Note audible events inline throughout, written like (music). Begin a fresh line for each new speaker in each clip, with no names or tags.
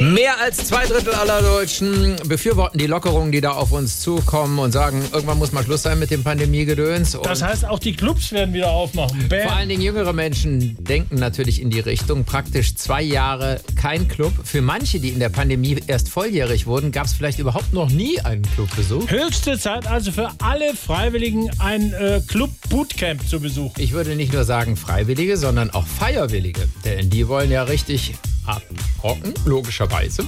Mehr als zwei Drittel aller Deutschen befürworten die Lockerungen, die da auf uns zukommen und sagen, irgendwann muss mal Schluss sein mit dem Pandemiegedöns. Und
Das heißt, auch die Clubs werden wieder aufmachen.
vor
Bam.
allen Dingen jüngere Menschen denken natürlich in die Richtung, praktisch zwei Jahre kein Club. Für manche, die in der Pandemie erst volljährig wurden, gab es vielleicht überhaupt noch nie einen Clubbesuch.
Höchste Zeit also für alle Freiwilligen ein äh, Club-Bootcamp zu besuchen.
Ich würde nicht nur sagen Freiwillige, sondern auch Feierwillige. Denn die wollen ja richtig abrocken, logischerweise.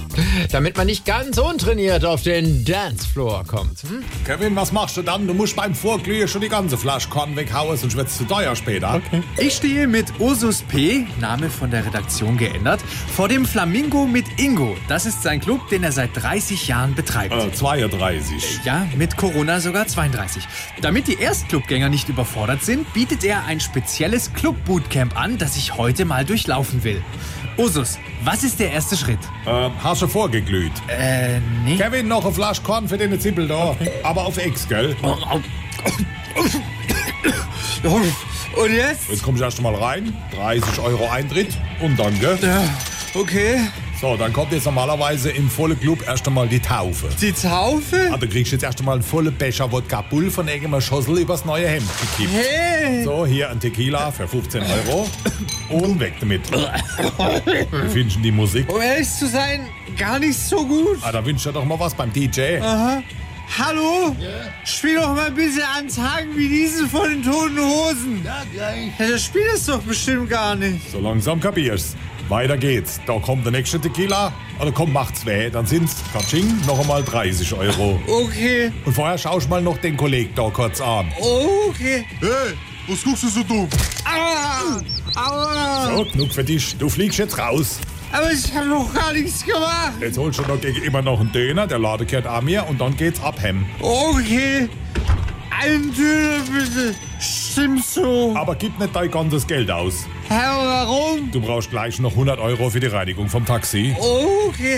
Damit man nicht ganz untrainiert auf den Dancefloor kommt. Hm?
Kevin, was machst du dann? Du musst beim Vorglühen schon die ganze Flasche Korn weghauen, sonst wird's zu teuer später.
Ich stehe mit Ursus P, Name von der Redaktion geändert, vor dem Flamingo mit Ingo. Das ist sein Club, den er seit 30 Jahren betreibt.
Äh, 32.
Ja, mit Corona sogar 32. Damit die Erstclubgänger nicht überfordert sind, bietet er ein spezielles Club-Bootcamp an, das ich heute mal durchlaufen will. Ursus, was ist der erste Schritt?
Äh, hast du vorgeglüht?
Äh, nee.
Kevin, noch eine Flasche Korn für den Zippel da. Aber auf Ex, gell?
Und jetzt?
Jetzt kommst du erst mal rein. 30 Euro Eintritt und danke.
Okay,
So, dann kommt jetzt normalerweise im vollen Club erst einmal die Taufe.
die Taufe?
Ah, du kriegst jetzt erst einmal einen vollen Becher Wodka Bull von irgendeiner Schossel übers neue Hemd gekippt.
Hey!
So, hier ein Tequila für 15
(laughs)
Euro. Und weg damit. Wie findest du die Musik?
Um ehrlich zu sein, gar nicht so gut.
Ah, da wünschst du dir doch mal was beim DJ.
Hallo? Spiel doch mal bitte an Tagen wie diesen von den Toten Hosen. Ja, gleich. Ja, das Spiel ist doch bestimmt gar nicht.
So langsam kapierst. Weiter geht's. Da kommt der nächste Tequila. Oder komm, mach zwei. Dann sind's, Katsching, noch einmal 30 Euro.
Okay,
Und vorher schaust mal noch den Kollegen da kurz an.
okay.
Hey, was guckst du so dumm?
Aua! Aua!
So, genug für dich. Du fliegst jetzt raus.
Aber ich habe doch gar nichts gemacht.
Jetzt holst du noch gegen immer noch einen Döner. Der Lade gehört an mir. Und dann geht's ab, Hem.
Oh. Okay. Ein Döner bitte. Stimmt so.
Aber gib nicht dein ganzes Geld aus.
Herr, warum?
Du brauchst gleich noch 100 Euro für die Reinigung vom Taxi.
Okay.